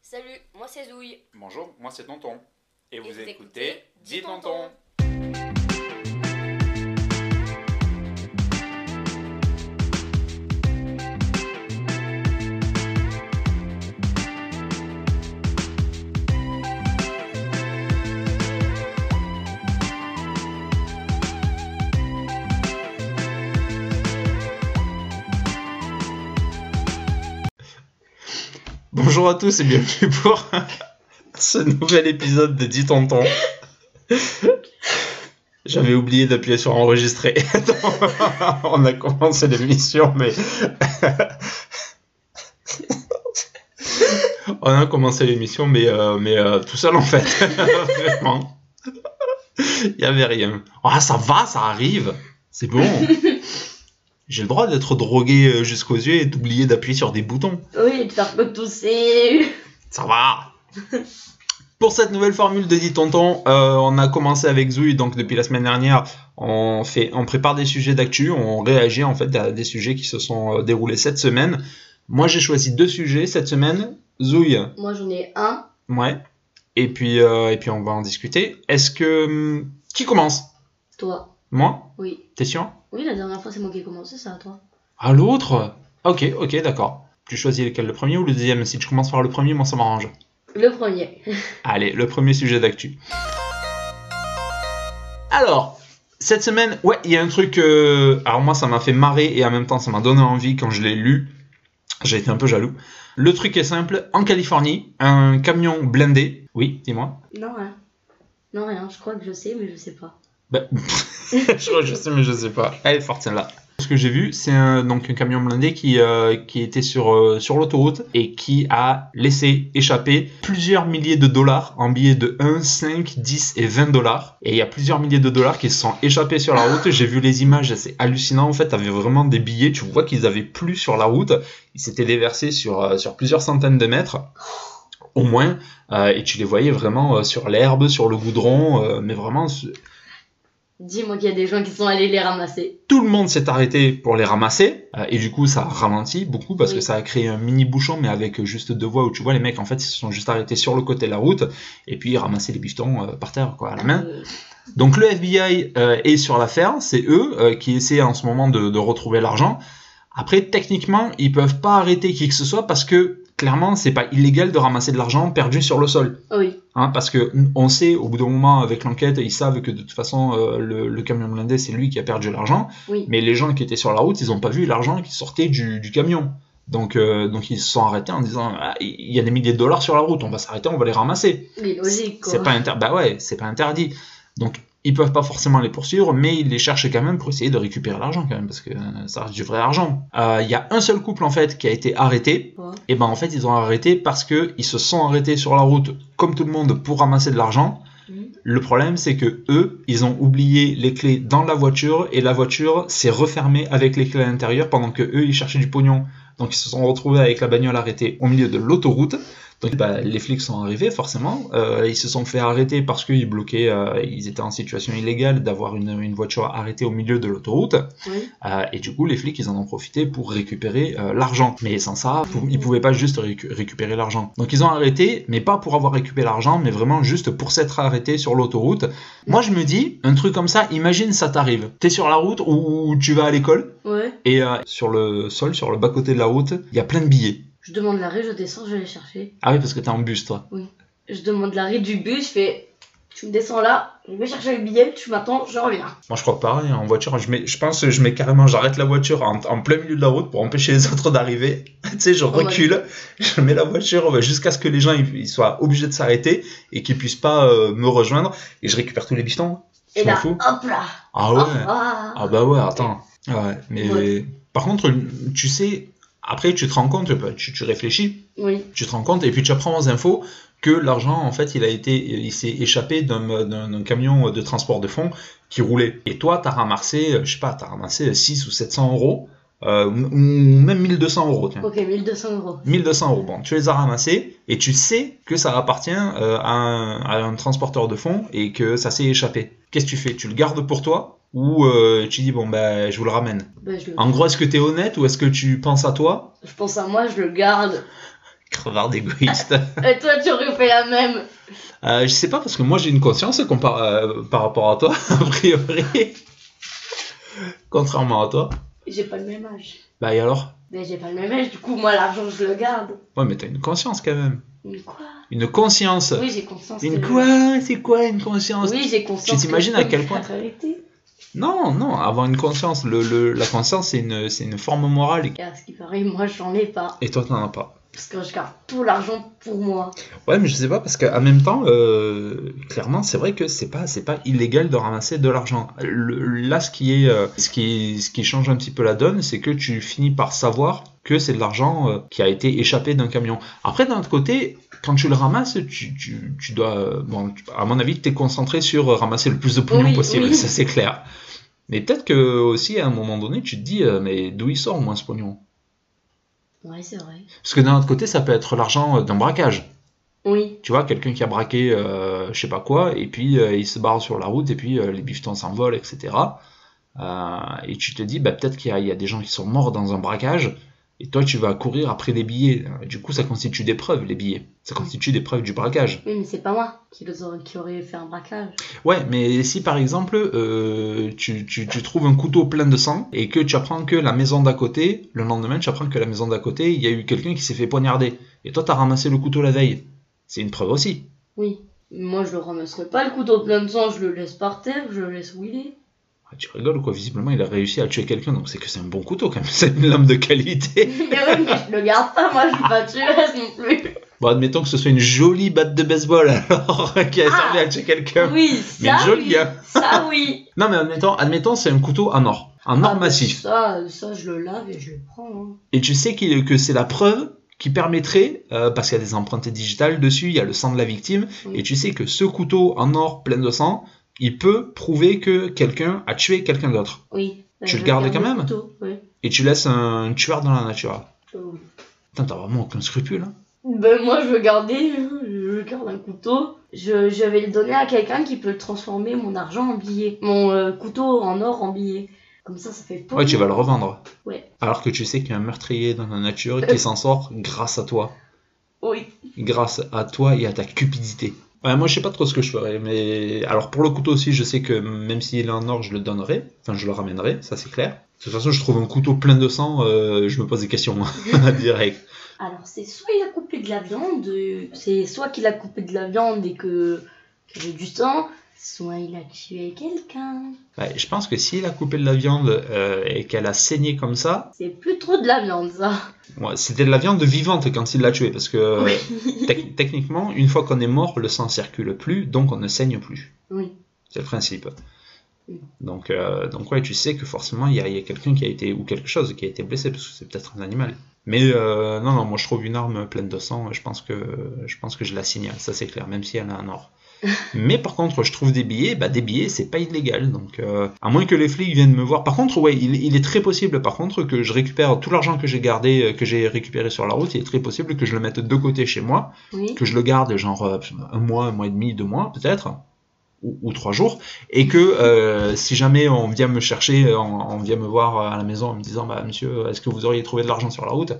Salut, moi c'est Zouille. Bonjour, moi c'est Tonton. Et, vous, vous écoutez écoutez Dis Dis Tonton. Tonton. Bonjour à tous et bienvenue pour ce nouvel épisode de Dit Tonton. J'avais oublié d'appuyer sur enregistrer. Attends, On a commencé l'émission, mais. On a commencé l'émission, mais, euh, mais euh, tout seul en fait. Vraiment. Il n'y avait rien. Ah, ça va, ça arrive. C'est bon. J'ai le droit d'être drogué euh, jusqu'aux yeux et d'oublier d'appuyer sur des boutons. Oui, et puis t'as un peu tousser. Ça va Pour cette nouvelle formule de Dit Tonton, euh, on a commencé avec Zouy, donc depuis la semaine dernière, on, fait, on prépare des sujets d'actu, on réagit en fait à des sujets qui se sont euh, déroulés cette semaine. Moi j'ai choisi deux sujets cette semaine, Zouy, Moi j'en ai un. ouais, et puis, euh, et puis on va en discuter. Est-ce que... hum, Qui commence Toi, Moi oui. T'es sûr Oui, la dernière fois c'est moi qui ai commencé ça, toi. Ah l'autre Ok, ok, d'accord. Tu choisis lequel, le premier ou le deuxième Si tu commences par le premier, moi ça m'arrange. Le premier. Allez, le premier sujet d'actu. Alors, cette semaine, ouais, il y a un truc. euh, alors, moi, ça m'a fait marrer et en même temps, ça m'a donné envie quand je l'ai lu. J'ai été un peu jaloux. Le truc est simple en Californie, un camion blindé. Oui, dis-moi. Non, rien. Non, rien, je crois que je sais, mais je sais pas. Ben, je crois que je sais, mais je sais pas. Elle est forte celle-là. Ce que j'ai vu, c'est un, donc un camion blindé qui, euh, qui était sur, euh, sur l'autoroute et qui a laissé échapper plusieurs milliers de dollars en billets de 1, 5, 10 et 20 dollars. Et il y a plusieurs milliers de dollars qui se sont échappés sur la route. J'ai vu les images, c'est hallucinant. En fait, t'avais vraiment des billets, tu vois qu'ils avaient plu sur la route. Ils s'étaient déversés sur, euh, sur plusieurs centaines de mètres au moins, euh, et tu les voyais vraiment euh, sur l'herbe, sur le goudron, euh, mais vraiment, ce- Dis-moi qu'il y a des gens qui sont allés les ramasser. tout le monde s'est arrêté pour les ramasser euh, et du coup ça a ralenti beaucoup parce Oui. que ça a créé un mini bouchon mais avec juste deux voies où tu vois les mecs en fait ils se sont juste arrêtés sur le côté de la route et puis ils ramassaient les bifetons euh, par terre quoi à la main. Euh, Donc le FBI euh, est sur l'affaire, c'est eux euh, qui essaient en ce moment de, de retrouver l'argent. Après techniquement ils peuvent pas arrêter qui que ce soit parce que clairement c'est pas illégal de ramasser de l'argent perdu sur le sol. ah oui. Hein, parce que n- on sait au bout d'un moment avec l'enquête, ils savent que de toute façon euh, le, le camion blindé c'est lui qui a perdu l'argent. Oui. Mais les gens qui étaient sur la route, ils n'ont pas vu l'argent qui sortait du, du camion. Donc, euh, donc ils se sont arrêtés en disant Ah, il y a des milliers de dollars sur la route, on va s'arrêter, on va les ramasser. Mais logique quoi. C'est pas inter- bah ouais, c'est pas interdit. Donc ils peuvent pas forcément les poursuivre, mais ils les cherchent quand même pour essayer de récupérer l'argent quand même parce que euh, ça reste du vrai argent. Euh, Il y a un seul couple en fait qui a été arrêté Quoi et ben en fait ils ont arrêté parce que ils se sont arrêtés sur la route comme tout le monde pour ramasser de l'argent. Mhm. Le problème c'est que eux ils ont oublié les clés dans la voiture et la voiture s'est refermée avec les clés à l'intérieur pendant que eux ils cherchaient du pognon. Donc ils se sont retrouvés avec la bagnole arrêtée au milieu de l'autoroute. Donc bah, les flics sont arrivés forcément. Euh, ils se sont fait arrêter parce qu'ils bloquaient, euh, ils étaient en situation illégale d'avoir une, une voiture arrêtée au milieu de l'autoroute. Oui. Euh, et du coup, les flics, ils en ont profité pour récupérer euh, l'argent. Mais sans ça, pou- ils pouvaient pas juste récu- récupérer l'argent. Donc ils ont arrêté, mais pas pour avoir récupéré l'argent, mais vraiment juste pour s'être arrêté sur l'autoroute. Moi, je me dis, un truc comme ça, imagine ça t'arrive. T'es sur la route ou tu vas à l'école, Ouais. et euh, sur le sol, sur le bas-côté de la route, il y a plein de billets. Je demande l'arrêt, je descends, je vais les chercher. Ah oui, parce que t'es en bus, toi. Je demande l'arrêt du bus, je fais. Tu me descends là, je vais chercher le billet, tu m'attends, je reviens. Moi, je crois pareil, en voiture, je, mets, je pense que je mets carrément, j'arrête la voiture en, en plein milieu de la route pour empêcher les autres d'arriver. tu sais, je Oh, ouais. recule, je mets la voiture euh, jusqu'à ce que les gens ils, ils soient obligés de s'arrêter et qu'ils puissent pas euh, me rejoindre et je récupère tous les bifetons. Et Je là, m'en fous. hop là. Ah Au ouais revoir. Ah bah ouais, attends. Ouais, mais Ouais. par contre, tu sais, après, tu te rends compte, tu, tu réfléchis, Oui. tu te rends compte et puis tu apprends aux infos que l'argent en fait il a été il s'est échappé d'un d'un- d'un camion de transport de fonds qui roulait et toi t'as ramassé euh, je sais pas t'as ramassé 6 ou 700 euros euh, ou ou même 1200 euros tiens. Ok, 1200 euros. 1200 euros bon tu les as ramassés et tu sais que ça appartient euh, à, un, à un transporteur de fonds et que ça s'est échappé qu'est-ce que tu fais tu le gardes pour toi ou euh, tu dis bon ben je vous le ramène Bah, je, le- en gros est-ce que t'es honnête ou est-ce que tu penses à toi je pense à moi, je le garde. Crevard d'égoïste. Et toi, tu aurais fait la même. Euh, je sais pas parce que moi j'ai une conscience compar- euh, par rapport à toi, a priori. Contrairement à toi. J'ai pas le même âge. Bah et alors Mais j'ai pas le même âge, du coup, moi, l'argent, je le garde. Ouais, mais t'as une conscience quand même. Mais quoi Une conscience. Oui, j'ai conscience. une que- quoi C'est quoi une conscience Oui, j'ai conscience. Tu t'imagines que je à quel peux point- me faire arrêter. Non, non, avoir une conscience. Le, le- la conscience, c'est une, c'est une forme morale. Et à ce qui paraît, moi, j'en ai pas. Et toi, t'en as pas. Parce que je garde tout l'argent pour moi. Ouais, mais je sais pas, parce qu'en même temps, euh, clairement, c'est vrai que c'est pas, c'est pas illégal de ramasser de l'argent. Le- là, ce qui, est, euh, ce, qui, ce qui change un petit peu la donne, c'est que tu finis par savoir que c'est de l'argent euh, qui a été échappé d'un camion. Après, d'un autre côté, quand tu le ramasses, tu, tu, tu dois. euh, bon, tu- à mon avis, tu es concentré sur euh, ramasser le plus de pognon Oui, possible, oui. ça c'est clair. Mais peut-être que aussi, à un moment donné, tu te dis, euh, mais d'où il sort, moi, ce pognon Ouais, c'est vrai. Parce que d'un autre côté, ça peut être l'argent euh, d'un braquage. Oui. Tu vois, quelqu'un qui a braqué euh, je sais pas quoi, et puis euh, il se barre sur la route, et puis euh, les bifetons s'envolent, etc. Euh, et tu te dis, bah, peut-être qu'il y, a- il y a des gens qui sont morts dans un braquage, et toi tu vas courir après des billets. Du coup, ça constitue des preuves, les billets. Ça constitue des preuves du braquage. Oui, mais c'est pas moi qui, les aurait- qui aurait fait un braquage. Ouais, mais si par exemple, euh, tu, tu- tu trouves un couteau plein de sang, et que tu apprends que la maison d'à côté, le lendemain, tu apprends que la maison d'à côté, il y a eu quelqu'un qui s'est fait poignarder, et toi t'as ramassé le couteau la veille. C'est une preuve aussi. Oui. Moi, je le ramasserai pas, le couteau plein de sang, je le laisse par terre, je le laisse où il est. Ah, tu rigoles quoi, visiblement il a réussi à tuer quelqu'un, donc c'est que c'est un bon couteau quand même, c'est une lame de qualité. Mais oui, mais je le garde pas, moi, je suis pas tueuse non plus. Bon, admettons que ce soit une jolie batte de baseball alors qui a Ah. servi à tuer quelqu'un. Oui, Mais ça joli, oui. hein. Ça oui. Non mais admettons, admettons c'est un couteau en or, en or massif. Ah, Ça, ça, je le lave et je le prends. hein. Et tu sais qu'il- que c'est la preuve qui permettrait, euh, parce qu'il y a des empreintes digitales dessus, il y a le sang de la victime, Oui. et tu sais que ce couteau en or plein de sang, il peut prouver que quelqu'un a tué quelqu'un d'autre. Oui. Tu Euh, le gardes garde quand même couteau, oui. Et tu laisses un tueur dans la nature. Euh, Putain, t'as vraiment aucun scrupule. hein. Ben moi je veux garder, je garde un couteau. Je, je vais le donner à quelqu'un qui peut le transformer mon argent en billet. Mon euh, couteau en or en billet. Comme ça ça fait pas. Ouais, tu vas le revendre. Ouais. Alors que tu sais qu'il y a un meurtrier dans la nature et qu'il s'en sort grâce à toi. Oui. Grâce à toi et à ta cupidité. Ouais, moi, je sais pas trop ce que je ferais, mais. Alors, pour le couteau aussi, je sais que même s'il est en or, je le donnerai. Enfin, je le ramènerai, ça c'est clair. De toute façon, je trouve un couteau plein de sang, euh, je me pose des questions, direct. Alors c'est soit il a coupé de la viande, euh, c'est soit qu'il a coupé de la viande et que qu'il y a du sang, soit il a tué quelqu'un. Ouais, je pense que s'il a coupé de la viande euh, et qu'elle a saigné comme ça, C'est plus trop de la viande ça. ouais, c'était de la viande vivante quand il l'a tué, parce que euh, Oui. tec- techniquement, une fois qu'on est mort, le sang circule plus, donc on ne saigne plus. oui. C'est le principe. Mm. Donc, euh, donc ouais, tu sais que forcément, il y a, il y a quelqu'un qui a été, ou quelque chose qui a été blessé, parce que c'est peut-être un animal. Mais euh, non, non, moi je trouve une arme pleine de sang, je pense que je, pense que je la signale, ça c'est clair, même si elle a un or. Mais par contre, je trouve des billets, bah des billets c'est pas illégal, donc euh, à moins que les flics viennent me voir. Par contre, ouais, il, il est très possible, par contre, que je récupère tout l'argent que j'ai gardé, euh, que j'ai récupéré sur la route, il est très possible que je le mette de côté chez moi, Oui. que je le garde genre euh, un mois, un mois et demi, deux mois peut-être, ou, ou trois jours, et que euh, si jamais on vient me chercher, euh, on, on vient me voir euh, à la maison en me disant, bah monsieur, est-ce que vous auriez trouvé de l'argent sur la route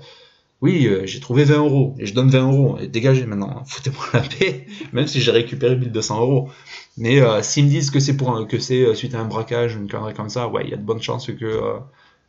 Oui, euh, j'ai trouvé 20 euros, et je donne 20 euros, et dégagez maintenant, hein, foutez-moi la paix, même si j'ai récupéré 1200 euros. Mais euh, s'ils me disent que c'est pour un- que c'est euh, suite à un braquage, une connerie comme ça, ouais, il y a de bonnes chances que... euh,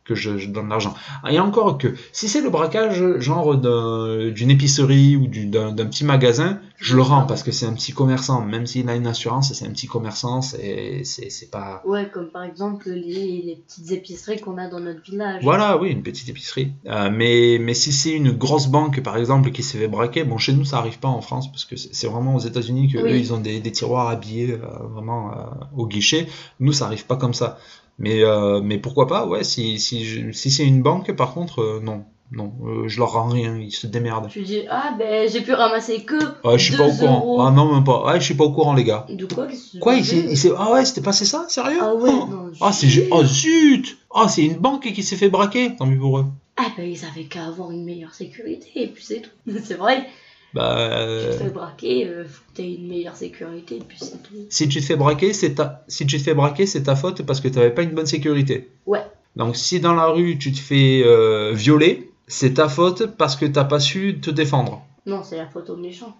que je, je donne l'argent. Ah, Et encore que, si c'est le braquage genre d'un- d'une épicerie ou du- d'un d'un petit magasin, je le rends parce que c'est un petit commerçant. Même s'il a une assurance, c'est un petit commerçant, c'est c'est- c'est pas... Ouais, comme par exemple les, les petites épiceries qu'on a dans notre village. Voilà, oui, une petite épicerie. Euh, mais, mais si c'est une grosse banque, par exemple, qui s'est fait braquer, bon, chez nous, ça arrive pas en France, parce que c'est c'est vraiment aux États-Unis que Oui. eux, ils ont des, des tiroirs habillés vraiment euh, au guichet. Nous, ça arrive pas comme ça. Mais, euh, mais pourquoi pas, ouais, si, si, je- si c'est une banque, par contre, euh, non. Non, euh, je leur rends rien, ils se démerdent. Tu dis ah ben j'ai pu ramasser que Ah, je suis pas au 2 courant. euros. Ah non, même pas. Ah, je suis pas au courant, les gars. de quoi qu'est-ce que tu Quoi, il fais s'est. il s'est- Ah ouais, c'était passé ça Sérieux Ah ouais, Oh. non. Ah, c'est. juste Oh zut Ah, c'est une banque qui s'est fait braquer Tant mieux pour eux. Ah ben ils avaient qu'à avoir une meilleure sécurité et puis c'est tout. C'est vrai, Bah. tu te euh, fais braquer, euh, faut que t'aies une meilleure sécurité et puis c'est tout. Si tu te fais braquer, c'est ta... si tu te fais braquer, c'est ta faute parce que tu n'avais pas une bonne sécurité. Ouais. Donc si dans la rue tu te fais euh, violer, c'est ta faute parce que t'as pas su te défendre. Non, c'est la faute au méchant.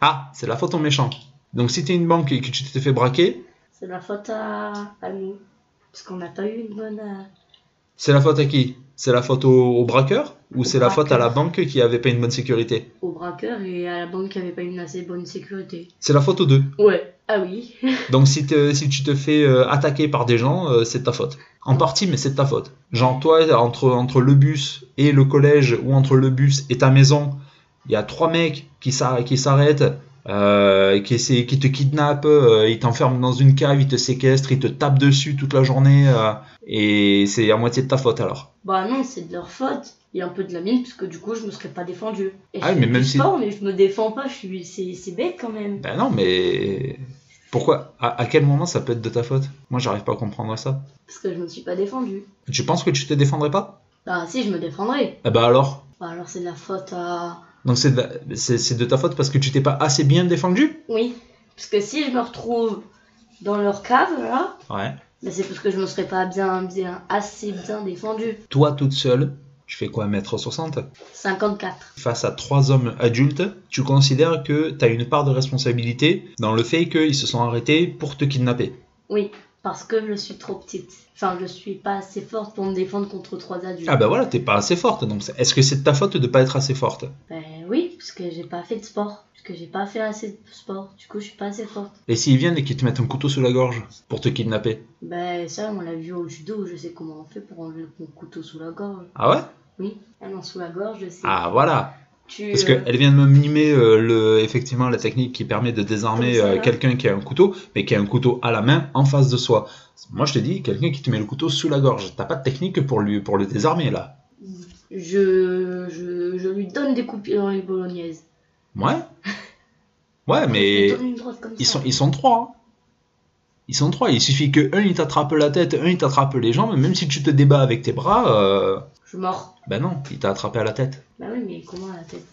Ah, c'est la faute au méchant. Donc si t'es une banque et que tu t'es fait braquer, C'est la faute à, à nous. Parce qu'on n'a pas eu une bonne. euh, c'est la faute à qui C'est la faute au, au braqueur ou c'est la faute à la banque qui avait pas une bonne sécurité au braqueur et à la banque qui avait pas une assez bonne sécurité. C'est la faute aux deux. Ouais. Ah oui. Donc si, te- si tu te fais euh, attaquer par des gens, euh, c'est de ta faute. En partie, mais c'est de ta faute. Genre toi, entre, entre le bus et le collège, ou entre le bus et ta maison, il y a trois mecs qui s'a- qui s'arrêtent, euh, qui, essaient- qui te kidnappent, euh, ils t'enferment dans une cave, ils te séquestrent, ils te tapent dessus toute la journée, euh, et c'est à moitié de ta faute alors. Bah non, c'est de leur faute. Et un peu de la mienne, parce que du coup, je me serais pas défendue. Et Ah, je mais fais du même si- sport, mais je me défends pas, je suis... c'est c'est bête quand même. Ben non, mais pourquoi à, à quel moment ça peut être de ta faute Moi, j'arrive pas à comprendre ça. Parce que je me suis pas défendue. Tu penses que tu te défendrais pas Bah si, je me défendrai. Eh ben alors Bah alors, c'est de la faute à. Donc c'est de, c'est- c'est de ta faute parce que tu t'es pas assez bien défendu Oui. Parce que si je me retrouve dans leur cave, là, Ouais. bah c'est parce que je me serais pas bien, bien, assez bien défendue. Toi toute seule, je fais quoi, 1m60 54. Face à trois hommes adultes, tu considères que tu as une part de responsabilité dans le fait qu'ils se sont arrêtés pour te kidnapper. Oui. Parce que je suis trop petite. Enfin, je suis pas assez forte pour me défendre contre trois adultes. Ah bah voilà, t'es pas assez forte, donc c'est- est-ce que c'est de ta faute de pas être assez forte Ben oui, parce que j'ai pas fait de sport. Parce que j'ai pas fait assez de sport. Du coup, je suis pas assez forte. Et s'ils viennent et qu'ils te mettent un couteau sous la gorge pour te kidnapper Ben ça, on l'a vu au judo. Je sais comment on fait pour enlever mon couteau sous la gorge. Ah ouais Oui. Ah non, sous la gorge, je sais. Ah voilà tu, Parce euh, qu'elle vient de me mimer euh, le, effectivement la technique qui permet de désarmer Comme ça, euh, là. quelqu'un qui a un couteau, mais qui a un couteau à la main en face de soi. Moi je te dis, quelqu'un qui te met le couteau sous la gorge, t'as pas de technique pour, lui, pour le désarmer là. euh, je, je, je lui donne des coups de pied dans les bolognaises. Ouais Ouais, Je lui mais donne une droite comme ils ça. sont, ils sont trois. hein. Ils sont trois, il suffit que un il t'attrape la tête, un il t'attrape les jambes, même si tu te débats avec tes bras, euh, Je suis mort. ben non, il t'a attrapé à la tête. Bah oui, mais comment la tête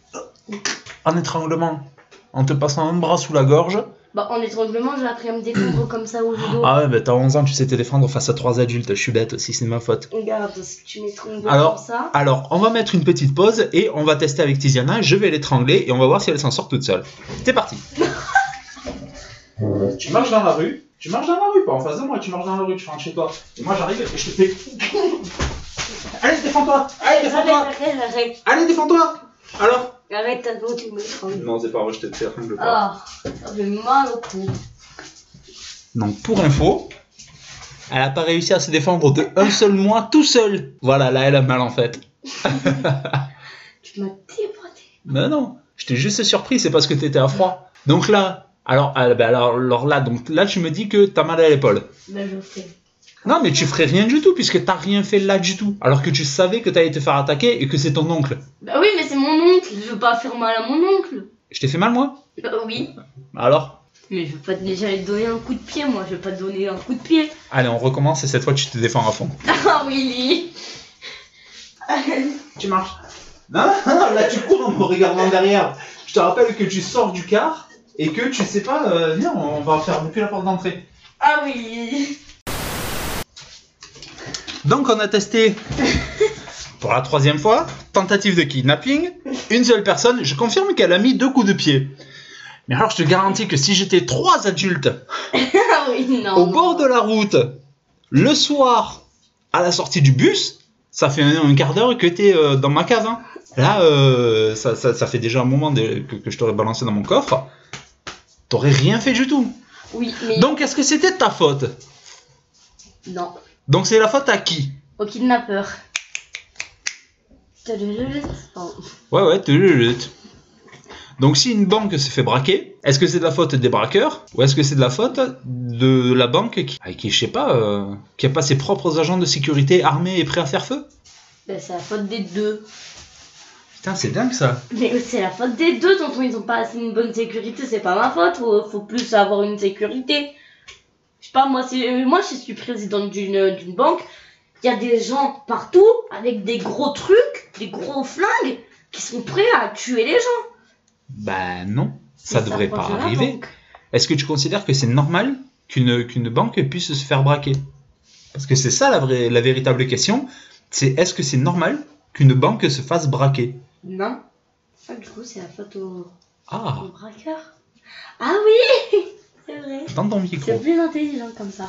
En étranglement, en te passant un bras sous la gorge. Bah en étranglement, j'ai appris à me défendre comme ça au judo. Ah ouais, ben t'as 11 ans, tu sais te défendre face à trois adultes, je suis bête aussi, c'est de ma faute. Regarde, si tu m'étrangles Alors- comme ça. Alors, on va mettre une petite pause et on va tester avec Tiziana. Je vais l'étrangler et on va voir si elle s'en sort toute seule. C'est parti. tu marches dans la rue. Tu marches dans la rue, pas en face de moi. Tu marches dans la rue, tu rentres chez toi. Et moi, j'arrive et je te fais. Allez, défends-toi. Allez, Arrête, défends-toi. arrête, arrête. Allez, défends-toi. Alors Arrête, t'as beau, tu m'étrangles. Non, c'est pas vrai, je te t'étrangle pas. Ah, j'ai mal au cou. Donc, pour info, elle n'a pas réussi à se défendre de un seul mois tout seul. Voilà, là, elle a mal en fait. Tu m'as déboîté. Ben non, j'étais juste surpris, c'est parce que t'étais à froid. Donc là, alors, ah, ben alors, alors là, donc là, tu me dis que t'as mal à l'épaule. Ben je fais. Non, mais tu ferais rien du tout, puisque t'as rien fait là du tout. Alors que tu savais que t'allais te faire attaquer et que c'est ton oncle. Bah oui, mais c'est mon oncle. Je veux pas faire mal à mon oncle. Je t'ai fait mal, moi Bah oui. Alors Mais je veux pas déjà lui donner un coup de pied, moi. Je vais pas te donner un coup de pied. Allez, on recommence et cette fois, tu te défends à fond. Ah, Willy. Tu marches. Non, non, non, Ah, là, tu cours en me regardant derrière. Je te rappelle que tu sors du car et que tu sais pas, euh, viens, on va faire depuis la porte d'entrée. Ah, Willy. Donc on a testé pour la troisième fois, tentative de kidnapping, une seule personne, je confirme qu'elle a mis deux coups de pied. Mais alors je te garantis que si j'étais trois adultes Ah oui, non. au bord de la route, le soir, à la sortie du bus, ça fait un, un quart d'heure que t'es euh, dans ma cave. hein. Là, euh, ça, ça- ça fait déjà un moment de- que, que je t'aurais balancé dans mon coffre. T'aurais rien fait du tout. Oui, mais. Donc est-ce que c'était de ta faute Non. Donc c'est la faute à qui Au kidnappeur. Pardon. Ouais, ouais, tululute. Donc si une banque se fait braquer, est-ce que c'est de la faute des braqueurs ou est-ce que c'est de la faute de la banque qui, ah, qui je sais pas, euh, qui a pas ses propres agents de sécurité armés et prêts à faire feu Ben, c'est la faute des deux. Putain, c'est dingue ça. Mais c'est la faute des deux, tonton. Ils ont pas assez une bonne sécurité. C'est pas ma faute. Faut, faut plus avoir une sécurité. Je sais pas, moi, si, euh, moi je suis présidente d'une euh, d'une banque. Il y a des gens partout avec des gros trucs, des gros flingues qui sont prêts à tuer les gens. Bah non, ça Mais devrait approche pas de la arriver. banque. Est-ce que tu considères que c'est normal qu'une qu'une banque puisse se faire braquer Parce que c'est ça la vraie, la véritable question. C'est est-ce que c'est normal qu'une banque se fasse braquer Non. Ah, du coup, c'est la faute au, Ah, au braqueur. Ah oui C'est vrai. dans ton micro. C'est plus intelligent comme ça.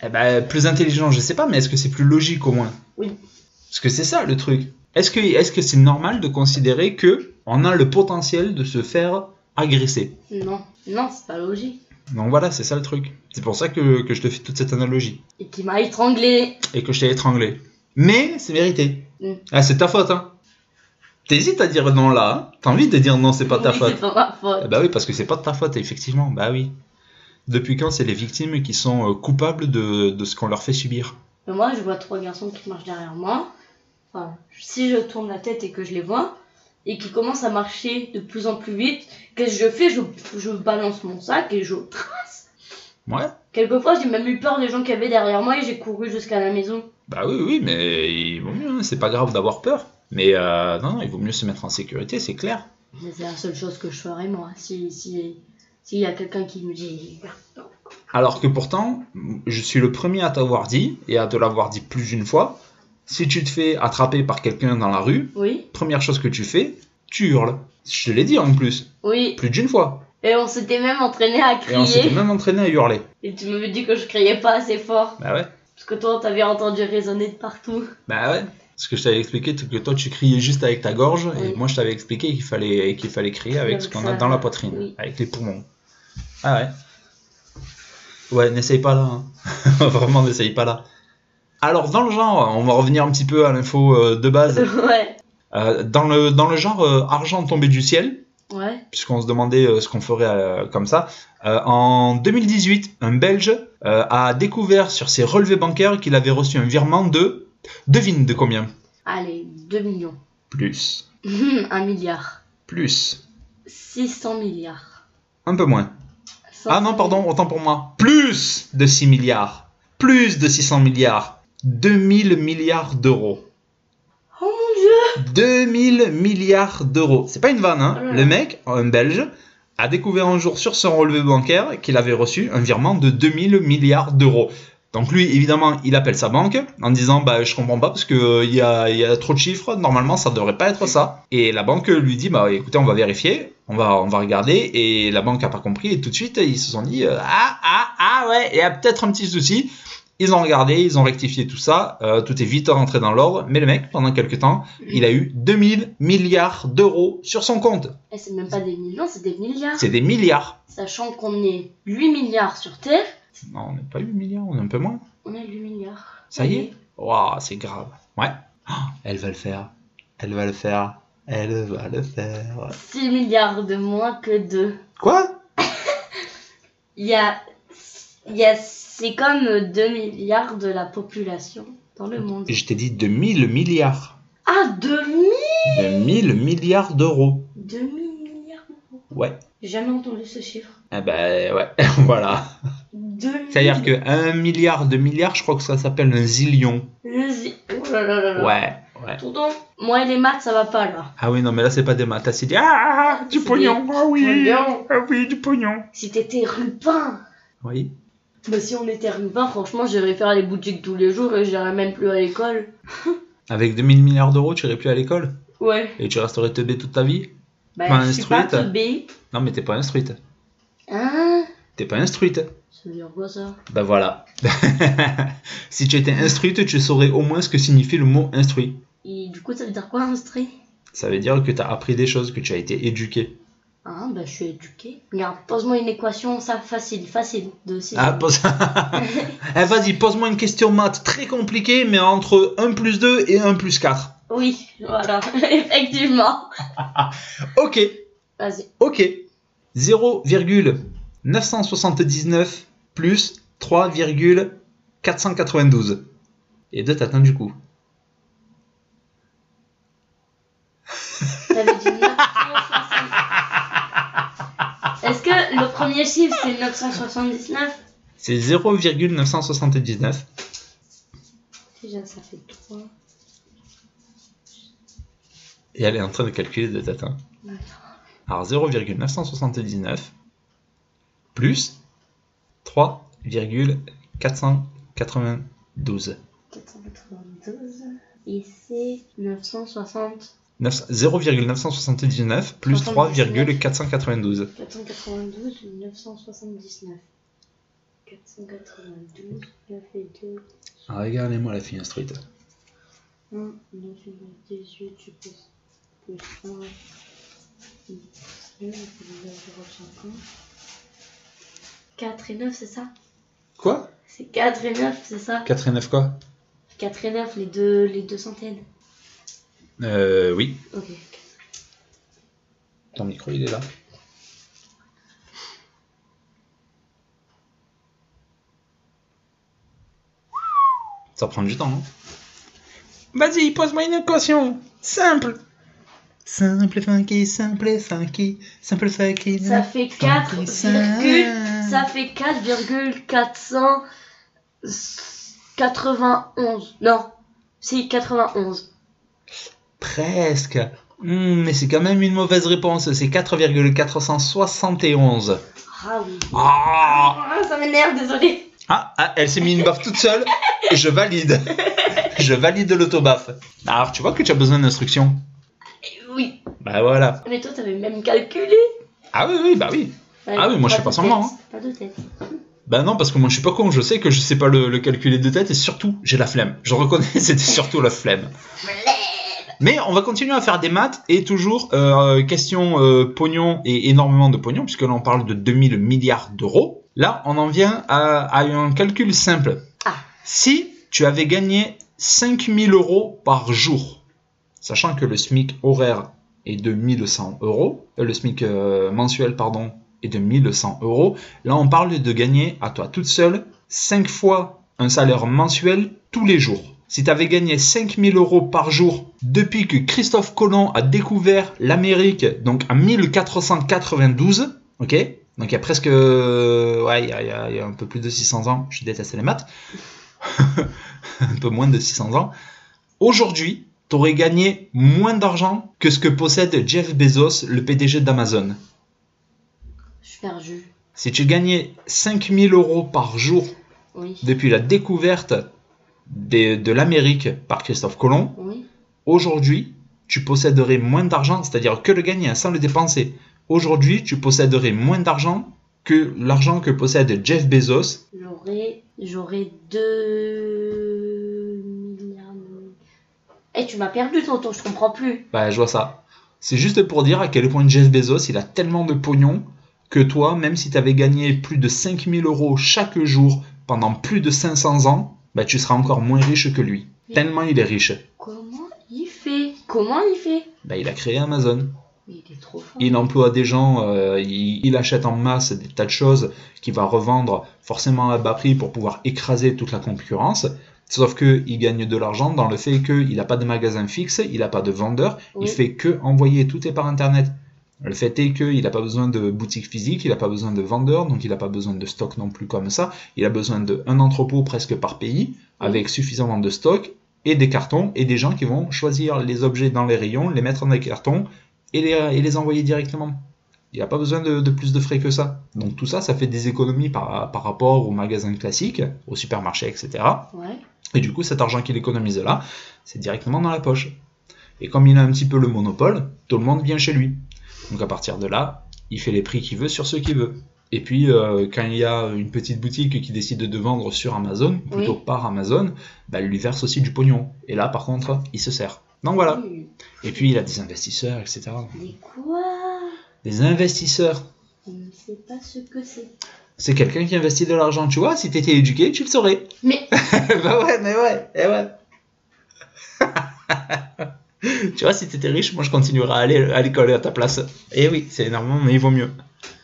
Eh ben, plus intelligent, je sais pas, mais est-ce que c'est plus logique au moins Oui. Parce que c'est ça le truc. Est-ce que est-ce que c'est normal de considérer que on a le potentiel de se faire agresser Non, non, c'est pas logique. Donc voilà, c'est ça le truc. C'est pour ça que, que je te fais toute cette analogie Et qui m'a étranglé. et que je t'ai étranglé. Mais c'est vérité. Mm. Ah, c'est ta faute, hein. T'hésites à dire non là. hein. T'as envie de dire non, c'est pas ta Oui, faute. C'est pas ma faute. Ah Bah oui, parce que c'est pas de ta faute, effectivement. Bah oui. Depuis quand c'est les victimes qui sont euh, coupables de, de ce qu'on leur fait subir Mais moi, je vois trois garçons qui marchent derrière moi. Enfin, si je tourne la tête et que je les vois, et qui commencent à marcher de plus en plus vite, qu'est-ce que je fais je, je balance mon sac et je trace. Ouais. Quelquefois, j'ai même eu peur des gens qui avaient derrière moi et j'ai couru jusqu'à la maison. Bah oui, oui, mais il vaut mieux. hein. C'est pas grave d'avoir peur. Mais euh, non, non, il vaut mieux se mettre en sécurité, c'est clair. Mais c'est la seule chose que je ferais, moi. Si, si, s'il y a quelqu'un qui me dit. Alors que pourtant, je suis le premier à t'avoir dit, et à te l'avoir dit plus d'une fois, si tu te fais attraper par quelqu'un dans la rue, Oui, première chose que tu fais, tu hurles. Je te l'ai dit en plus, oui. plus d'une fois. Et on s'était même entraîné à Et on s'était crier. même entraîné à hurler. Et tu m'avais dit que je criais pas assez fort. Bah ouais, Parce que toi, on t'avait entendu résonner de partout. bah ouais. Parce que je t'avais expliqué que toi tu criais juste avec ta gorge, et Oui. moi je t'avais expliqué qu'il fallait, qu'il fallait crier avec Avec ce qu'on ça, a dans la poitrine, oui. avec les poumons. Ah ouais. Ouais, n'essaye pas là. hein. Vraiment, n'essaye pas là. Alors, dans le genre, on va revenir un petit peu à l'info euh, de base. ouais. Euh, dans, le, dans le genre euh, argent tombé du ciel, Ouais. puisqu'on se demandait euh, ce qu'on ferait euh, comme ça, euh, en 2018, un Belge euh, a découvert sur ses relevés bancaires qu'il avait reçu un virement de... Devine de combien Allez, 2 millions. Plus. Un milliard. Plus. 600 milliards. Un peu moins. Ah non, pardon, autant pour moi. Plus de 6 milliards. Plus de 600 milliards. 2000 milliards d'euros. Oh mon dieu 2000 milliards d'euros. C'est pas une vanne, hein. Oh là là. Le mec, un Belge, a découvert un jour sur son relevé bancaire qu'il avait reçu un virement de 2000 milliards d'euros. Donc lui, évidemment, il appelle sa banque en disant bah je comprends pas parce que euh, il y, a, il y a trop de chiffres. Normalement, ça devrait pas être ça. Et la banque lui dit bah écoutez, on va vérifier, on va on va regarder. Et la banque a pas compris et tout de suite ils se sont dit euh, ah ah ah ouais, il y a peut-être un petit souci. Ils ont regardé, ils ont rectifié tout ça, euh, tout est vite rentré dans l'ordre. Mais le mec, pendant quelques temps, il a eu 2000 milliards d'euros sur son compte. Eh, C'est même pas des millions, c'est des milliards. C'est des milliards. Sachant qu'on est 8 milliards sur Terre, Non, on n'est pas 8 milliards, on est un peu moins. on est 8 milliards. Ça y est Waouh, c'est grave. Ouais. Ah, elle va le faire. Elle va le faire. Elle va le faire. 6 milliards de moins que 2. Quoi Il y a. Il y a c'est comme 2 milliards de la population dans le monde. Je t'ai dit 2000 milliards. Ah, 2 mi- 2000 milliards d'euros. 2 milliards Ouais. J'ai jamais entendu ce chiffre. Eh ben ouais, voilà. 2 C'est-à-dire que 1 milliard de milliards, je crois que ça s'appelle un zillion. Le zi- Oh là là là là. Ouais, ouais. Tonton, moi et les maths, ça va pas là. Ah oui, non, mais là, c'est pas des maths. Là, c'est du... Ah, du C'est pognon. Ah oui. Pognon. Ah oui, du pognon. Si t'étais rupin Oui. Mais Bah, si on était rupin, franchement, j'irais faire les boutiques tous les jours et j'irais même plus à l'école. Avec 2000 milliards d'euros, tu irais plus à l'école Ouais. Et tu resterais teubé toute ta vie Bah, Pas je suis pas instruite. teubée. Non, mais t'es pas instruite. Hein T'es pas instruite. Ça veut dire quoi ça Ben voilà. si tu étais instruite, tu saurais au moins ce que signifie le mot instruit. Et du coup, ça veut dire quoi, instruit Ça veut dire que t'as appris des choses, que tu as été éduqué. Hein, bah, je suis éduquée. Regarde, pose-moi une équation, ça, facile, facile. De six Ah, pose... Eh, vas-y, pose-moi une question maths très compliquée, mais entre 1 plus 2 et 1 plus 4. Oui, voilà, effectivement. Ok, Vas-y. ok. 0,979 plus 3,492. Et 2 t'atteins du coup. T'avais dit 970. Est-ce que le premier chiffre, c'est 979 C'est 0,979 Déjà, ça fait 3. et elle est en train de calculer de tête. hein. Alors 0,979 plus 3,492. 492. Et c'est 970. 9- 0,979 plus 3,492. 3,492. 492 ou 979 492, 9 et 2, Regardez-moi Ah, la fille instruite. 1, 9 et 18, tu plus, plus 1, 2, 4 et 9, c'est ça Quoi C'est 4 et 9, c'est ça 4 et 9 quoi 4 et 9, les deux, les deux centaines. Euh, oui. Ok. Ton micro, il est là. Ça prend du temps, hein. non Vas-y, pose-moi une équation. Simple. Simple, funky, simple, funky, simple, funky. Ça fait 4, virgule, ça Hmm. fait 4,491. Non, c'est 91. Presque. Hmm, mais c'est quand même une mauvaise réponse. C'est 4,471. Ah oui. Ah Ah, ça m'énerve, désolé. Ah, ah, elle s'est mis une baffe toute seule. Je valide. Je valide l'autobaffe. Alors, tu vois que tu as besoin d'instructions. Oui. Bah voilà. Mais toi, t'avais même calculé. Ah oui, oui, bah oui. Ah oui, moi, je fais pas semblant, Hein. Pas de tête. Bah non, parce que moi, je suis pas con. Je sais que je sais pas le, le calculer de tête et surtout, j'ai la flemme. Je reconnais, c'était surtout la flemme. Mais on va continuer à faire des maths et toujours euh, question euh, pognon et énormément de pognon, puisque là, on parle de 2000 milliards d'euros. Là, on en vient à, à un calcul simple. Ah. Si tu avais gagné 5000 euros par jour, sachant que le SMIC horaire est de 1100 euros, euh, le SMIC euh, mensuel, pardon, est de 1100 euros, là on parle de gagner à toi toute seule 5 fois un salaire mensuel tous les jours. Si tu avais gagné 5000 euros par jour depuis que Christophe Colomb a découvert l'Amérique, donc en 1492, ok Donc il y a presque. euh, Ouais, il y a, il y a- il y a un peu plus de 600 ans, je déteste les maths. un peu moins de 600 ans. Aujourd'hui, tu aurais gagné moins d'argent que ce que possède Jeff Bezos, le PDG d'Amazon. Je suis perdu. Si tu gagnais 5000 euros par jour Oui. depuis la découverte des- de l'Amérique par Christophe Colomb, Oui. aujourd'hui, tu posséderais moins d'argent, c'est-à-dire que le gagner hein, sans le dépenser. Aujourd'hui, tu posséderais moins d'argent que l'argent que possède Jeff Bezos. J'aurais. J'aurais 2 milliards. de- Eh, tu m'as perdu, tonton, je comprends plus. Bah, je vois ça. C'est juste pour dire à quel point Jeff Bezos, il a tellement de pognon que toi, même si tu avais gagné plus de 5000 euros chaque jour pendant plus de 500 ans, bah, tu seras encore moins riche que lui. Tellement il est riche. Comment il fait Comment il fait Bah, il a créé Amazon. Mais il est trop fort. Il emploie des gens, euh, il, il achète en masse des tas de choses qu'il va revendre forcément à bas prix pour pouvoir écraser toute la concurrence. Sauf que il gagne de l'argent dans le fait qu'il n'a pas de magasin fixe, il n'a pas de vendeur, Oui. il fait que envoyer, tout est par internet. Le fait est qu'il n'a pas besoin de boutique physique, il n'a pas besoin de vendeur, donc il n'a pas besoin de stock non plus comme ça. Il a besoin d'un entrepôt presque par pays, avec suffisamment de stock et des cartons, et des gens qui vont choisir les objets dans les rayons, les mettre dans les cartons, et les, euh, et les envoyer directement. Il n'a pas besoin de, de plus de frais que ça. Donc tout ça, ça fait des économies par, par rapport aux magasins classiques, aux supermarchés, etc. Ouais. Et du coup, cet argent qu'il économise là, c'est directement dans la poche. Et comme il a un petit peu le monopole, tout le monde vient chez lui. Donc à partir de là, il fait les prix qu'il veut sur ce qu'il veut. Et puis, euh, quand il y a une petite boutique qui décide de vendre sur Amazon, plutôt Oui. par Amazon, bah, il lui verse aussi du pognon. Et là, par contre, il se sert. Donc voilà. Oui. Et puis, il a des investisseurs, etc. Mais quoi Des investisseurs. Je ne sais pas ce que c'est. C'est quelqu'un qui investit de l'argent, tu vois. Si t'étais éduqué, tu le saurais. Mais bah ouais, mais ouais, eh ouais. tu vois, si t'étais riche, moi je continuerais à aller à l'école à ta place. Et oui, c'est énorme, mais il vaut mieux.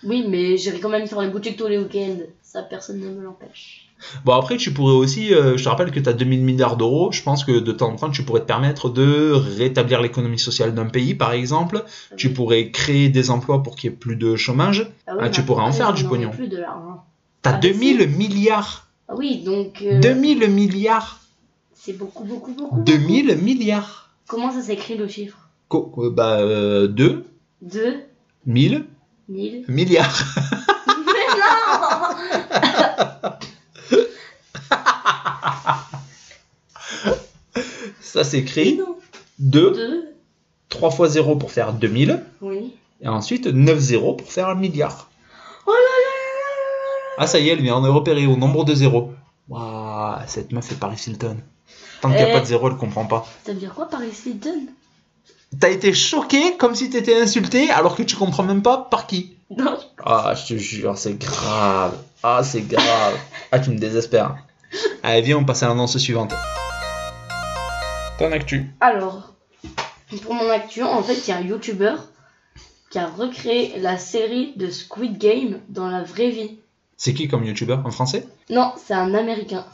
oui, mais j'irai quand même sur les boutiques tous les week-ends. Ça, personne ne me l'empêche. Bon, après, tu pourrais aussi, euh, je te rappelle que t'as 2000 milliards d'euros. Je pense que de temps en temps, tu pourrais te permettre de rétablir l'économie sociale d'un pays, par exemple. Ah Tu pourrais créer des emplois pour qu'il y ait plus de chômage. oui, Ah, tu mais pourrais en après, faire j'en du aurai pognon. Plus de l'argent. T'as Ah, 2000 milliards. Ah oui, donc. euh, 2000 milliards. C'est beaucoup, beaucoup, beaucoup. 2000 milliards. Comment ça s'écrit le chiffre Co- euh, bah, 2, 2 1000 1000 milliards. Mais non Ça s'écrit Non. 2, 2 3 fois 0 pour faire 2000, Oui. et ensuite 9 0 pour faire un milliard. Oh là Ah ça y est, elle vient de repérer au nombre de zéros. Waouh, cette meuf est Paris Hilton. Tant qu'il n'y Eh. a pas de zéro, elle comprend pas. Ça veut dire quoi Paris Hilton T'as été choqué comme si t'étais insulté alors que tu comprends même pas par qui. Non, Ah, je te jure, c'est grave. Ah, c'est grave. Ah, tu me désespères. Allez, viens, on passe à l'annonce suivante. Ton actu. Alors, pour mon actu, en fait, il y a un YouTuber qui a recréé la série de Squid Game dans la vraie vie. C'est qui comme youtubeur En français Non, c'est un Américain.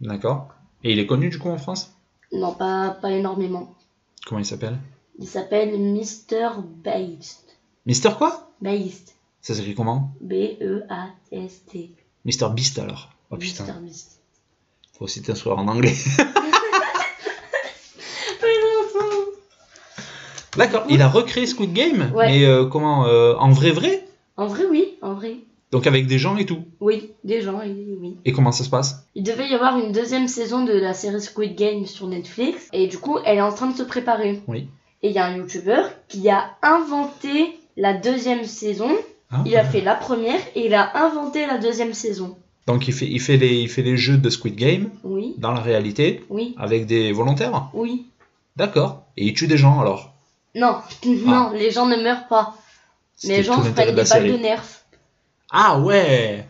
D'accord. Et il est connu du coup en France Non, pas, pas énormément. Comment il s'appelle Il s'appelle Mr. Beast. Mister quoi Beast. E Ça s'écrit comment B-E-A-S-T. Mister Beast alors. Oh putain, Mr. Beast. faut aussi t'instruire en anglais. D'accord, il a recréé Squid Game Ouais. Mais euh, comment euh, En vrai vrai En vrai, oui, en vrai. Donc avec des gens et tout. Oui, des gens, oui. oui. Et comment ça se passe Il devait y avoir une deuxième saison de la série Squid Game sur Netflix et du coup elle est en train de se préparer. Oui. Et il y a un youtubeur qui a inventé la deuxième saison. Hein Il a fait la première et il a inventé la deuxième saison. Donc il fait, il, fait les, il fait les jeux de Squid Game Oui, dans la réalité oui, avec des volontaires oui. D'accord. Et il tue des gens alors Non, Ah. non, les gens ne meurent pas. C'était Les gens tout se l'intérêt prennent de la des balles de série. nerf. Ah ouais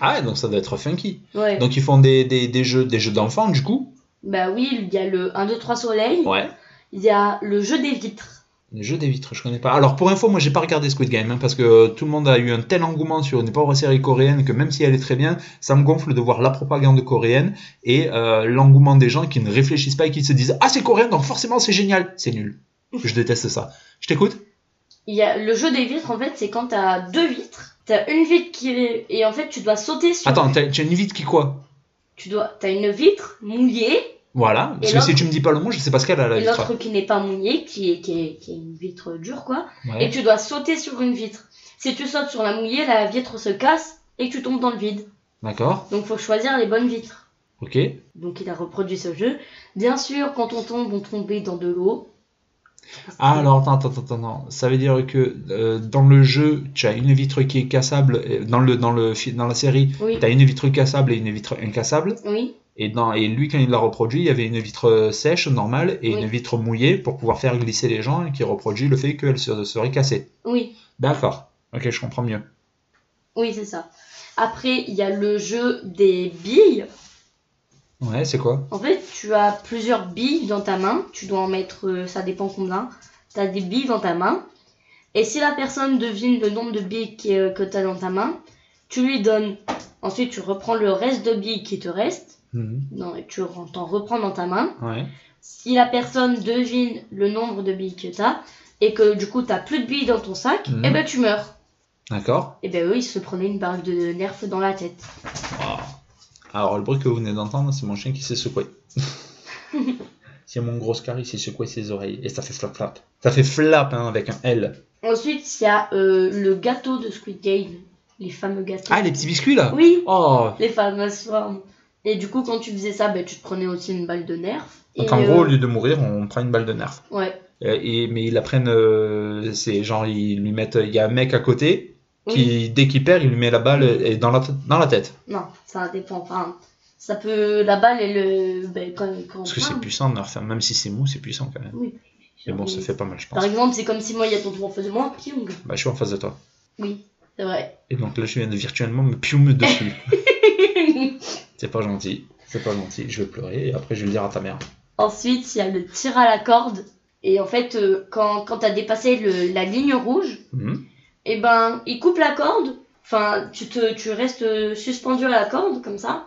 Ah donc ça doit être funky. Ouais. Donc ils font des, des, des jeux des jeux d'enfants du coup Bah oui, il y a le 1, 2, 3 soleil. Ouais. Il y a le jeu des vitres. Les jeux des vitres, je connais pas. Alors pour info, moi j'ai pas regardé Squid Game hein, parce que euh, tout le monde a eu un tel engouement sur une pauvre série coréenne que même si elle est très bien, ça me gonfle de voir la propagande coréenne et euh, l'engouement des gens qui ne réfléchissent pas et qui se disent ah c'est coréen donc forcément c'est génial, c'est nul. Je déteste ça. Je t'écoute. Il y a le jeu des vitres en fait, c'est quand t'as deux vitres. T'as une vitre qui est- et en fait tu dois sauter sur Attends, t'as t'as une vitre qui quoi tu dois t'as une vitre mouillée Voilà. Parce Et que l'autre- si tu me dis pas le mot, je sais pas ce qu'elle a la et l'autre vitre. qui n'est pas mouillée qui est, qui est qui est une vitre dure quoi Ouais. et tu dois sauter sur une vitre si tu sautes sur la mouillée la vitre se casse et tu tombes dans le vide D'accord. donc faut choisir les bonnes vitres Ok. donc il a reproduit ce jeu bien sûr quand on tombe on tombait dans de l'eau Ah, alors attends, attends, attends, attends. Ça veut dire que euh, dans le jeu, tu as une vitre qui est cassable. et Dans le dans le fi- dans la série. oui T'as une vitre cassable et une vitre incassable. oui Et, dans, et lui, quand il l'a reproduit, il y avait une vitre euh, sèche, normale, et Oui. une vitre mouillée pour pouvoir faire glisser les gens et qui reproduit le fait qu'elle se, serait cassée. Ben, oui D'accord. Ok, je comprends mieux. oui c'est ça après il y a le jeu des billes Ouais, c'est quoi En fait, tu as plusieurs billes dans ta main. Tu dois en mettre, euh, ça dépend combien. Tu as des billes dans ta main. Et si la personne devine le nombre de billes qui- euh, que tu as dans ta main, tu lui donnes. Ensuite, tu reprends le reste de billes qui te reste. Mhm. Non, et tu re- t'en reprends dans ta main. Ouais. Si la personne devine le nombre de billes que tu as, et que du coup, tu plus de billes dans ton sac, Mhm. et ben tu meurs. D'accord. Et ben eux, ils se prenaient une barre de nerf dans la tête. Wow. Alors, le bruit que vous venez d'entendre, c'est mon chien qui s'est secoué. c'est mon gros scar, il s'est secoué ses oreilles. Et ça fait flap flap. Ça fait flap hein, avec un L. Ensuite, il y a euh, le gâteau de Squid Game. Les fameux gâteaux. Ah, les petits biscuits là Oui, Oh les fameuses formes. Et du coup, quand tu faisais ça, ben, tu te prenais aussi une balle de nerf. Donc, Et, en gros, au euh, lieu de mourir, on prend une balle de nerf. ouais. Euh, et- mais ils la prennent, euh, c'est genre ils lui mettent, il y a un mec à côté Oui. qui dès qu'il perd, il lui met la balle euh, et dans la t- dans la tête. Non, ça dépend. Enfin, ça peut. La balle, elle. euh, Ben, quand, quand on Parce que parle, c'est puissant, de leur faire- même si c'est mou, c'est puissant quand même. Oui. Mais bon, ça fait pas mal, je Par pense. exemple, c'est comme si moi, il y a ton tour en face de moi, pioum. Bah, je suis en face de toi. Oui, c'est vrai. Et donc là, je viens de virtuellement me piume dessus. c'est pas gentil. C'est pas gentil. Je vais pleurer et après je vais le dire à ta mère. Ensuite, il y a le tir à la corde. Et en fait, euh, quand, quand t'as dépassé le- la ligne rouge, Mhm. et ben, il coupe la corde. Enfin, tu, te, tu restes euh, suspendu à la corde, comme ça.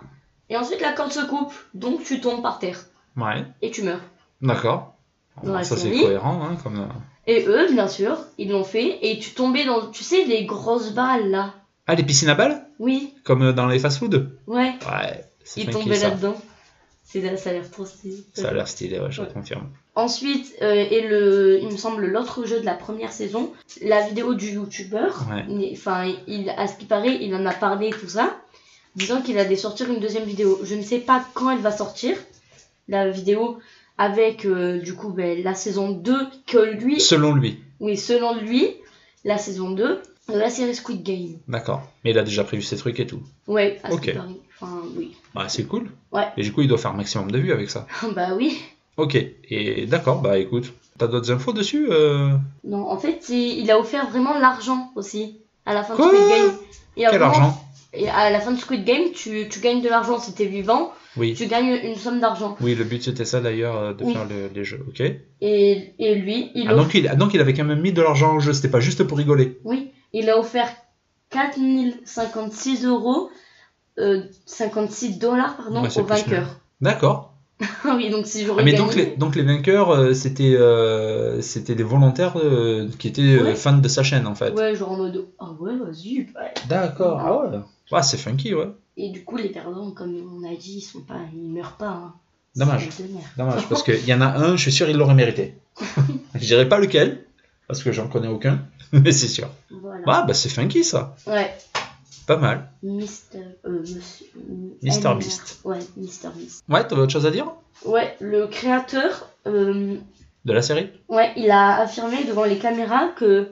Et ensuite, la corde se coupe. Donc, tu tombes par terre. Ouais. Et tu meurs. D'accord. Bon, Ouais, ça c'est c'est oui. cohérent, hein, comme. euh. Et eux, bien sûr, ils l'ont fait. Et tu tombais dans, tu sais, les grosses balles là. Ah, les piscines à balles, Oui, comme euh, dans les fast-food. ouais, Ouais. c'est ils funky, tombaient ça. là-dedans. C'est, ça a l'air trop stylé. Ça a l'air stylé, ouais, je Ouais. confirme. Ensuite, euh, et le, il me semble, l'autre jeu de la première saison, la vidéo du youtubeur. Ouais. il- Enfin, il, à ce qui paraît, il en a parlé et tout ça, disant qu'il allait sortir une deuxième vidéo. Je ne sais pas quand elle va sortir, la vidéo, avec euh, du coup ben, la saison 2 que lui, Selon lui. oui selon lui, la saison 2, la série Squid Game. D'accord. Mais il a déjà prévu ses trucs et tout. Ouais, à ce Ok. qui paraît. Enfin oui. Bah, c'est cool. Ouais. Et du coup, il doit faire un maximum de vues avec ça. bah oui. Ok. Et d'accord, bah écoute. T'as d'autres infos dessus euh Non, en fait, il il a offert vraiment l'argent aussi à la fin Quoi de Squid Game. Il a Quel vraiment- argent Et à la fin de Squid Game, tu, tu gagnes de l'argent si t'es vivant, Oui. tu gagnes une somme d'argent. Oui, le but c'était ça d'ailleurs, euh, de Oui. faire le- les jeux. Ok. Et, et lui, il, Ah, offre- donc, il, ah, donc il avait quand même mis de l'argent en jeu, c'était pas juste pour rigoler. oui, il a offert 4056 euros, euh, 56 dollars pardon, Ouais, c'est au plus vainqueur. D'accord. Ah oui, donc si j'aurais Ah, mais gagné- donc les, donc les vainqueurs, euh, c'était euh, c'était des volontaires euh, qui étaient euh, Ouais. fans de sa chaîne en fait. Ouais, genre en mode ah ouais, vas-y. ouais. D'accord. Ah ouais. Ouais, c'est funky, ouais. Et du coup, les perdants, comme on a dit, ils sont pas, ils meurent pas. hein. Dommage. C'est de merde. Dommage, parce qu'il y en a un, je suis sûr, il l'aurait mérité. je dirais pas lequel, parce que j'en connais aucun, mais c'est sûr. Voilà. Ah, bah c'est funky ça. Ouais. Pas mal. Mister, euh, monsieur, euh, Mister Elmer. Beast. Ouais, Mister Beast. Ouais, t'avais autre chose à dire Ouais, le créateur, euh, De la série ouais, il a affirmé devant les caméras que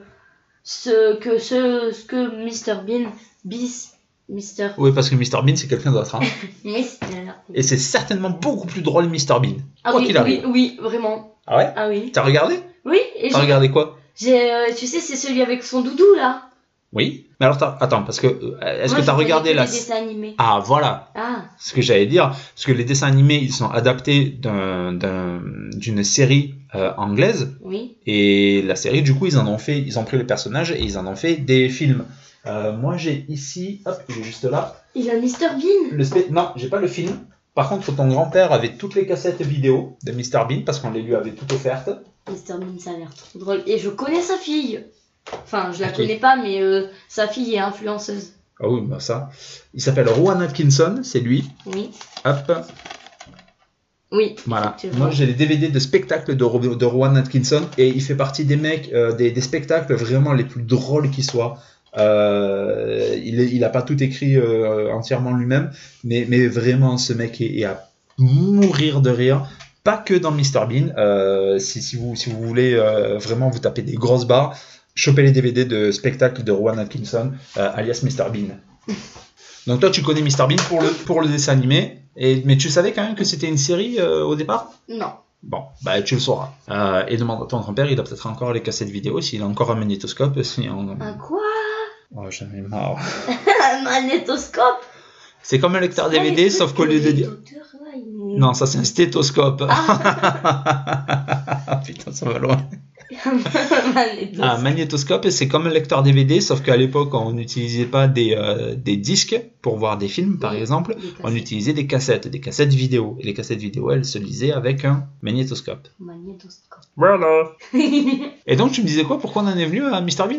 ce que ce, ce que Mr Bean, bis, Mr, Oui, parce que Mr. Bean, c'est quelqu'un d'autre. hein. Mr. Et c'est certainement beaucoup plus drôle, Mr. Bean. Ah quoi oui, qu'il arrive. oui, oui, vraiment. Ah ouais Ah oui. T'as regardé Oui, et T'as j'ai- regardé quoi j'ai, euh, tu sais, c'est celui avec son doudou là. Oui. Mais alors, t'as- attends, parce que. euh, Est-ce Moi, que t'as je voyais regardé que la. les dessins animés. Ah, voilà. Ah, ce que j'allais dire, parce que les dessins animés, ils sont adaptés d'un- d'un- d'une série euh, anglaise, oui. et la série, du coup, ils en ont fait, ils ont pris les personnages et ils en ont fait des films. Euh, moi, j'ai ici, hop, il est juste là, Il a Mr Bean. le spé- non, j'ai pas le film. Par contre, ton grand-père avait toutes les cassettes vidéo de Mr Bean parce qu'on les lui avait toutes offertes. Mr Bean, ça a l'air trop drôle. Et je connais sa fille. Enfin, je la Ok. connais pas, mais euh, sa fille est influenceuse. Ah oui, bah ça. Il s'appelle Rowan Atkinson, c'est lui. Oui, Hop, oui. Voilà. Effectivement. Moi, j'ai les DVD de spectacles de, Ro- de Rowan Atkinson et il fait partie des mecs, euh, des, des spectacles vraiment les plus drôles qui soient. Euh, il, est- il a pas tout écrit euh, entièrement lui-même, mais, mais vraiment, ce mec est, est à mourir de rire. Pas que dans Mr. Bean. euh, si, si vous, si vous voulez euh, vraiment vous taper des grosses barres, chopez les DVD de spectacles de Rowan Atkinson, euh, alias Mr. Bean. Donc toi, tu connais Mr. Bean pour le, pour le dessin animé, et, mais tu savais quand même que c'était une série euh, au départ Non. Bon, bah tu le sauras. Euh, et demande à ton grand-père, il a peut-être encore les cassettes vidéo, s'il a encore un magnétoscope. euh, Si on... Un quoi Oh, j'en ai marre. Un magnétoscope C'est comme un lecteur DVD, sauf qu'au lieu de dire... Non. Non, ça c'est un stéthoscope. Putain, ça va loin. Un magnétoscope, c'est comme un lecteur DVD, sauf qu'à l'époque, on n'utilisait pas des, euh, des disques pour voir des films, par Oui. exemple. On utilisait des cassettes, des cassettes vidéo. Et les cassettes vidéo, elles se lisaient avec un magnétoscope. Magnétoscope. Voilà. Et donc, tu me disais quoi Pourquoi on en est venu à Mr. Bean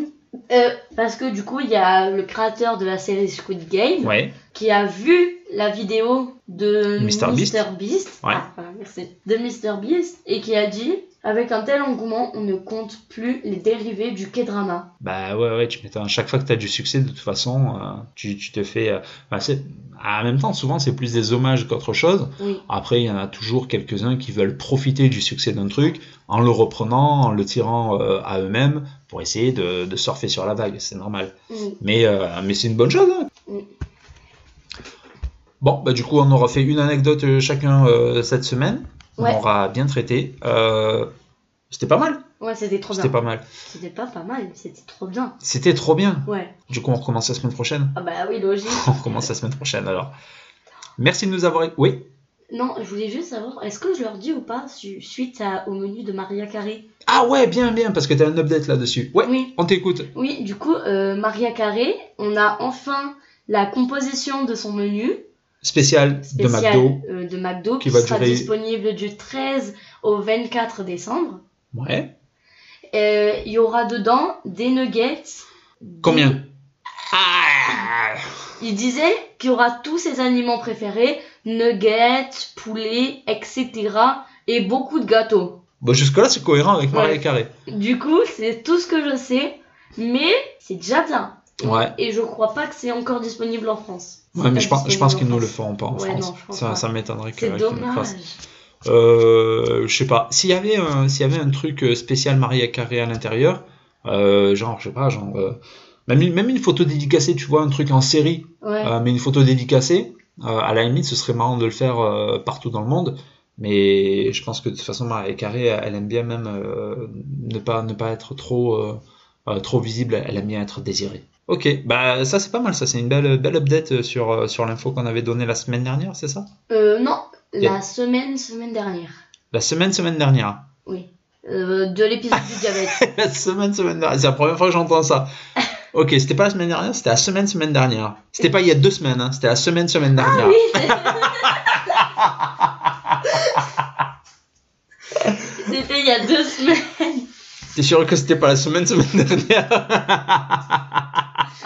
Euh, parce que du coup, il y a le créateur de la série Squid Game Ouais. qui a vu la vidéo de Mr. Beast. Beast. Ouais. Ah, voilà, merci. De Mr. Beast et qui a dit Avec un tel engouement, on ne compte plus les dérivés du K-drama. Bah ouais, ouais, tu m'étonnes. À chaque fois que tu as du succès, de toute façon, euh, tu, tu te fais. euh, bah, c'est- en même temps, souvent, c'est plus des hommages qu'autre chose. Oui. Après, il y en a toujours quelques-uns qui veulent profiter du succès d'un truc en le reprenant, en le tirant euh, à eux-mêmes pour essayer de, de surfer sur la vague. C'est normal. Oui. Mais, euh, mais c'est une bonne chose. hein. Oui. Bon, bah, du coup, on aura fait une anecdote euh, chacun euh, cette semaine. Ouais. On aura bien traité. Euh, c'était pas mal. Ouais, c'était trop C'était bien. pas mal. C'était pas pas mal, c'était trop bien. C'était trop bien. Ouais. Du coup, on recommence la semaine prochaine. Ah bah oui, logique. On recommence la semaine prochaine alors. Merci de nous avoir. Oui. Non, je voulais juste savoir, est-ce que je leur dis ou pas su- suite à- au menu de Maria Carré Ah ouais, bien, bien, parce que t'as un update là-dessus. Ouais. Oui, On t'écoute. oui, du coup, euh, Maria Carré, on a enfin la composition de son menu Spécial, de spécial McDo. euh, de McDo, qui qui, va sera durer- disponible du 13 au 24 décembre. Ouais. Euh, Il y aura dedans des nuggets. Combien Ah Il disait qu'il y aura tous ses aliments préférés, nuggets, poulet, etc. Et beaucoup de gâteaux. Bon, Bah, jusque-là, c'est cohérent avec Maria Ouais. Carré. Du coup, c'est tout ce que je sais, mais c'est déjà bien. Ouais. Et je crois pas que c'est encore disponible en France. Ouais, mais je pense, je pense que qu'ils nous le euh, feront pas en Ouais, France. non, je pense ça pas. ça m'étonnerait que- C'est qu'ils nous le dommage. fassent. Euh, je sais pas. S'il y avait un, s'il y avait un truc euh, spécial Maria Carré à l'intérieur, euh, genre, je sais pas, genre, euh, même, une- même une photo dédicacée, tu vois, un truc en série, Ouais. euh, mais une photo dédicacée, euh, à la limite, ce serait marrant de le faire euh, partout dans le monde. Mais je pense que de toute façon, Maria Carré, elle aime bien même euh, ne pas, ne pas être trop, euh, euh, trop visible, elle aime bien être désirée. Ok, bah ça c'est pas mal, ça c'est une belle, belle update sur, euh, sur l'info qu'on avait donnée la semaine dernière, c'est ça Euh, non, la Yeah. semaine, semaine dernière. La semaine, semaine dernière. Euh, de l'épisode du diabète. La semaine, semaine dernière. C'est la première fois que j'entends ça. Ok, c'était pas la semaine dernière, c'était la semaine, semaine dernière. C'était pas il y a deux semaines, hein, c'était la semaine, semaine Ah dernière. C'était il y a deux semaines. T'es sûr que c'était pas la semaine, semaine dernière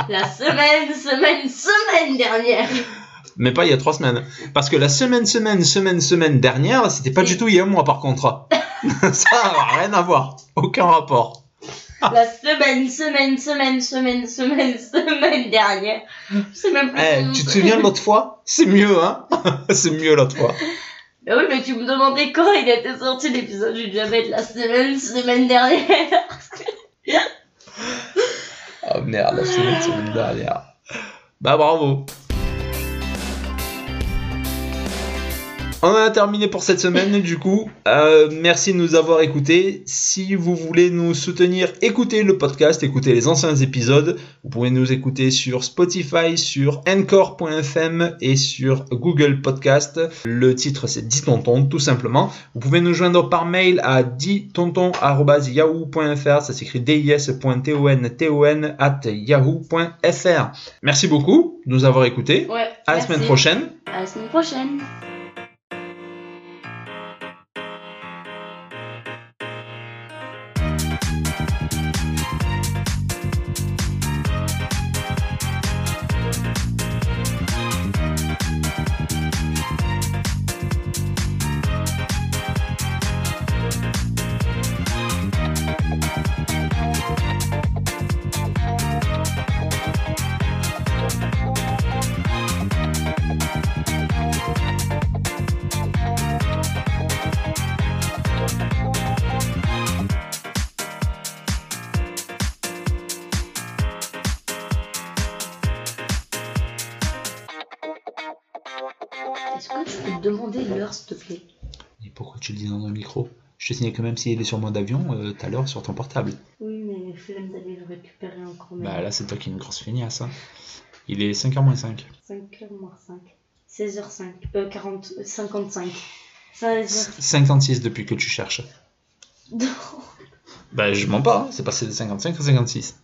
La semaine, semaine, semaine dernière. Mais pas il y a trois semaines. Parce que la semaine, semaine, semaine, semaine dernière, c'était pas du tout il y a un mois par contre. ça rien à voir. Aucun rapport. La semaine, semaine, semaine, semaine, semaine, semaine dernière. Je sais même plus. Eh, son tu te nom. souviens de l'autre fois C'est mieux, hein C'est mieux l'autre fois. Bah oui, mais tu me demandais quand il était sorti l'épisode du diabète la semaine, semaine dernière. Oh merde, la semaine, semaine dernière. Bah bravo. On en a terminé pour cette semaine du coup. Euh, merci de nous avoir écoutés. Si vous voulez nous soutenir, écoutez le podcast, écoutez les anciens épisodes. Vous pouvez nous écouter sur Spotify, sur encore.fm et sur Google Podcast. Le titre c'est Dis Tonton tout simplement. Vous pouvez nous joindre par mail à distonton@yahoo.fr. Ça s'écrit dis.ton.ton at yahoo.fr. Merci beaucoup de nous avoir écoutés. Ouais. À la merci. semaine prochaine. À la semaine prochaine. Est-ce que tu peux te demander l'heure, s'il te plaît Et pourquoi tu le dis dans un micro Je te signale que même s'il est sur mode avion, euh, t'as l'heure sur ton portable. Oui, mais flemme d'aller le récupérer encore. Bah là, c'est toi qui es une grosse feignasse. hein. Il est 5h moins 5. 5h moins 5. 16h05. Euh, 40, euh, 55. 16h. 56 depuis que tu cherches. Non. Bah je mens pas, hein, c'est passé de 55 à 56.